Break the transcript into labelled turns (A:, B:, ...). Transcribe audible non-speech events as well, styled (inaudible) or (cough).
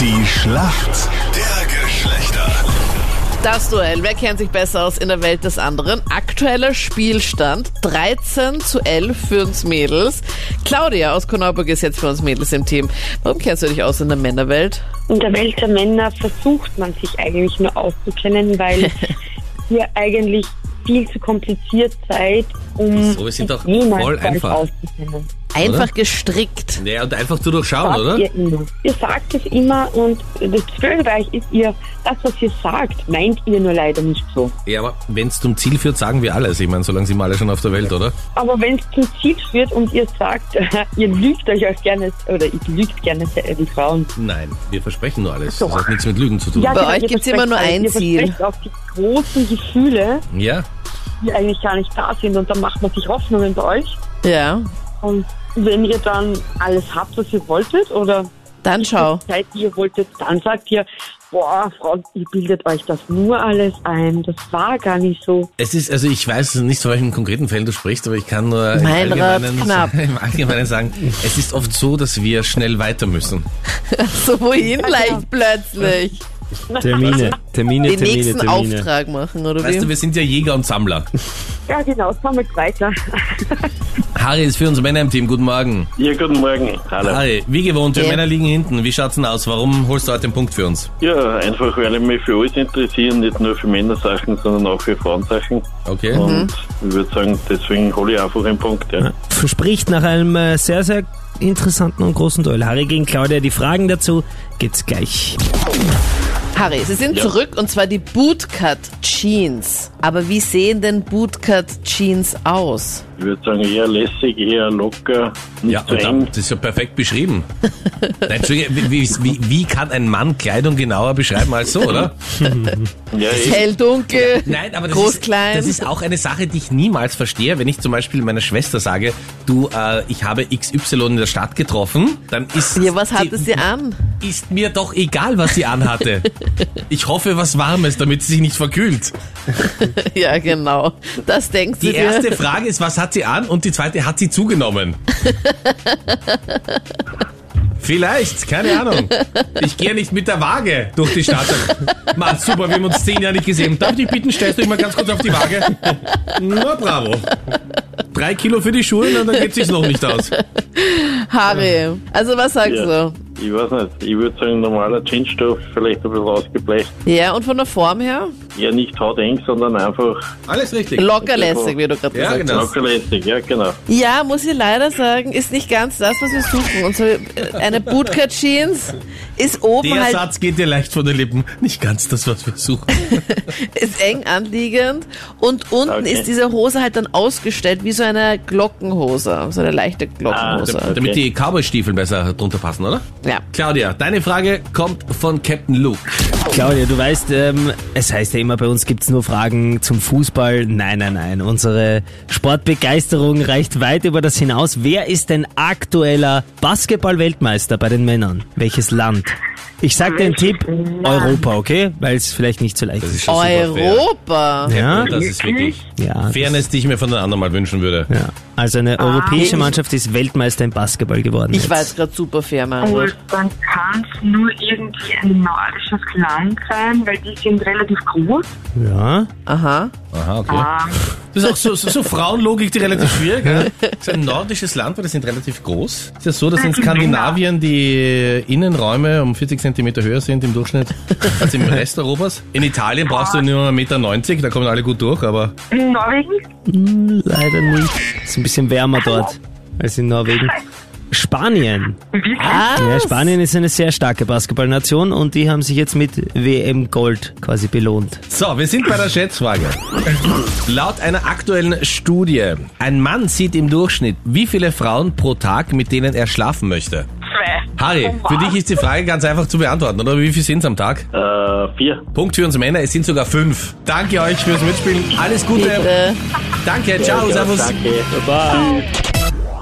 A: Die Schlacht der Geschlechter.
B: Das Duell, wer kennt sich besser aus in der Welt des anderen? Aktueller Spielstand 13 zu 11 für uns Mädels. Claudia aus Korneuburg ist jetzt für uns Mädels im Team. Warum kennst du dich aus in der Männerwelt?
C: In der Welt der Männer versucht man sich eigentlich nur auszukennen,
D: (laughs)
C: weil hier eigentlich viel zu kompliziert seid, um
D: So, wir sind doch
C: jemals
D: voll
C: bald
D: einfach.
C: auszukennen.
B: Einfach gestrickt.
D: Naja, und einfach zu durchschauen,
C: Sagt
D: oder?
C: ihr immer. Ihr sagt es immer und das Zwölfreich ist ihr, das was ihr sagt, meint ihr nur leider nicht so.
D: Ja, aber wenn es zum Ziel führt, sagen wir alles. Ich meine, solange sind wir alle schon auf der Welt, oder?
C: Aber wenn es zum Ziel führt und ihr sagt, (laughs) ihr lügt euch auch gerne, oder ihr lügt gerne äh, die Frauen. genau,
D: Nein, wir versprechen nur alles. Das hat nichts mit Lügen zu tun.
B: Bei euch
C: ihr
B: gibt's immer
C: versprecht
B: nur
C: alles.
B: ein
C: ihr
B: Ziel.
C: versprecht auch die großen Gefühle,
D: Ja,
C: die eigentlich gar nicht da sind und dann macht man sich Hoffnungen bei euch.
B: Ja,
C: Und wenn ihr dann alles habt, was ihr wolltet, oder
B: dann (laughs) schau.
C: Zeit, die ihr wolltet, dann sagt ihr, boah, Frau, ihr bildet euch das nur alles ein. Das war gar nicht so.
D: es ist, also ich weiß nicht, von welchen konkreten Fällen du sprichst, aber ich kann nur im
B: Mein
D: Allgemeinen,
B: Ratz knapp.
D: (laughs) im Allgemeinen sagen, es ist oft so, dass wir schnell weiter müssen.
B: So wohin leicht plötzlich?
E: Termine, Termine,
B: Den
E: Termine,
B: nächsten
E: Termine.
B: Auftrag machen, oder
D: Weißt du,
B: wie?
D: wir sind ja Jäger und Sammler.
C: Ja, genau, sammelt weiter.
D: Harry ist für uns Männer im Team. Guten Morgen.
F: Ja, guten Morgen. Hallo.
D: Harry, wie gewohnt, wir
B: Ja.
D: Männer liegen hinten. Wie schaut's denn aus? Warum holst du heute den Punkt für uns?
F: Ja, einfach weil ich mich für alles interessiere, nicht nur für Männersachen, sondern auch für Frauensachen.
D: Okay.
B: Mhm.
F: Und ich würde sagen, deswegen hole ich einfach einen Punkt. Ja.
E: Verspricht nach einem äh, sehr, sehr interessanten und großen Duell. Harry gegen Claudia, die Fragen dazu gibt's gleich.
B: Harry, sie sind zurück und zwar die Bootcut Jeans. Aber wie sehen denn Bootcut Jeans aus?
F: Ich würde sagen, eher lässig, eher locker, nicht
D: Ja,
F: zu
D: und
F: eng.
D: ab- das ist ja perfekt beschrieben. Nein, Entschuldige, wie, wie- wie, wie kann ein Mann Kleidung genauer beschreiben als so, oder?
F: Ja, ich,
B: Hell, dunkel,
D: Nein, aber das,
B: groß,
D: ist,
B: klein.
D: das ist auch eine Sache, die ich niemals verstehe. Wenn ich zum Beispiel meiner Schwester sage, du, äh, ich habe XY in der Stadt getroffen, dann ist,
B: ja, was hatte
D: die-
B: sie an?
D: ist mir doch egal, was sie anhatte. Ich hoffe, was Warmes, damit sie sich nicht verkühlt.
B: (laughs) Ja, genau. Das denkt sie
D: Die erste
B: dir.
D: Frage ist, was hat sie an? Und die zweite, hat sie (laughs) zugenommen? Vielleicht, keine Ahnung. Ich gehe nicht mit der Waage durch die Stadt. Mann, super, wir haben uns zehn Jahre nicht gesehen. Darf ich dich bitten, stellst du dich mal ganz kurz auf die Waage? Na, bravo. Drei Kilo für die Schuhe, und dann geht sich's noch nicht aus.
B: Harry. Also was sagst
F: ja,
B: du?
F: ich weiß nicht. Ich würde sagen, normaler Jeansstoff, vielleicht ein bisschen ausgebleicht.
B: Ja, und von der Form her?
F: Eher nicht hauteng, sondern einfach
D: Alles richtig.
B: Lockerlässig, wie du gerade
D: Ja,
B: gesagt
D: genau.
B: hast.
F: locker lässig. Ja, genau.
B: Ja, muss ich leider sagen, ist nicht ganz das, was wir suchen. Und so äh, eine Bootcut Jeans ist oben
D: Der
B: halt
D: Satz geht dir leicht von den Lippen. Nicht ganz das, was wir suchen.
B: ist eng anliegend und unten
F: Okay.
B: ist diese Hose halt dann ausgestellt wie so eine Glockenhose, so eine leichte Glockenhose.
F: Ah,
D: Damit die Cowboy-Stiefel besser drunter passen, oder?
B: ja.
D: Claudia, deine Frage kommt von Captain Luke.
E: Claudia, du weißt, ähm, es heißt ja immer, bei uns gibt's nur Fragen zum Fußball. Nein, nein, nein. Unsere Sportbegeisterung reicht weit über das hinaus. Wer ist denn aktueller Basketball-Weltmeister bei den Männern? Welches Land? Ich sag dir einen Tipp, Europa, okay? Weil es vielleicht nicht so leicht ist.
D: schon super fair.
B: Europa.
E: Ja?
D: Das ist wirklich Ah,
E: Ja.
D: Fairness, die ich mir von den anderen mal wünschen würde.
E: Ja. Also eine europäische Mannschaft ist Weltmeister im Basketball geworden.
B: Ich
E: jetzt.
B: war jetzt gerade super fair,
C: Also
B: Mann.
C: dann kann es nur irgendwie ein nordisches Land sein, weil die sind relativ groß.
E: Ja.
B: Aha.
D: Aha, okay. Das ist auch so, so, so Frauenlogik, die relativ schwierig ist. Das ist ein nordisches Land, weil die sind relativ groß. Ist ja so, dass in Skandinavien die Innenräume um 40 Zentimeter höher sind im Durchschnitt als im Rest Europas. In Italien brauchst du nur 1,90 Meter, da kommen alle gut durch, aber
C: In Norwegen?
E: Leider nicht. Ist ein bisschen wärmer dort als in Norwegen. Spanien.
B: Ah,
E: Ja, Spanien ist eine sehr starke Basketballnation und die haben sich jetzt mit WM Gold quasi belohnt.
D: So, wir sind bei der Schätzfrage. Laut einer aktuellen Studie, ein Mann sieht im Durchschnitt wie viele Frauen pro Tag, mit denen er schlafen möchte.
C: Zwei.
D: Harry, für dich ist die Frage ganz einfach zu beantworten, oder? Wie viel sind's am Tag?
F: Äh, vier.
D: Punkt für uns Männer, es sind sogar fünf. Danke euch fürs Mitspielen. Alles Gute.
B: Bitte.
D: Danke, ciao, servus.
F: Danke.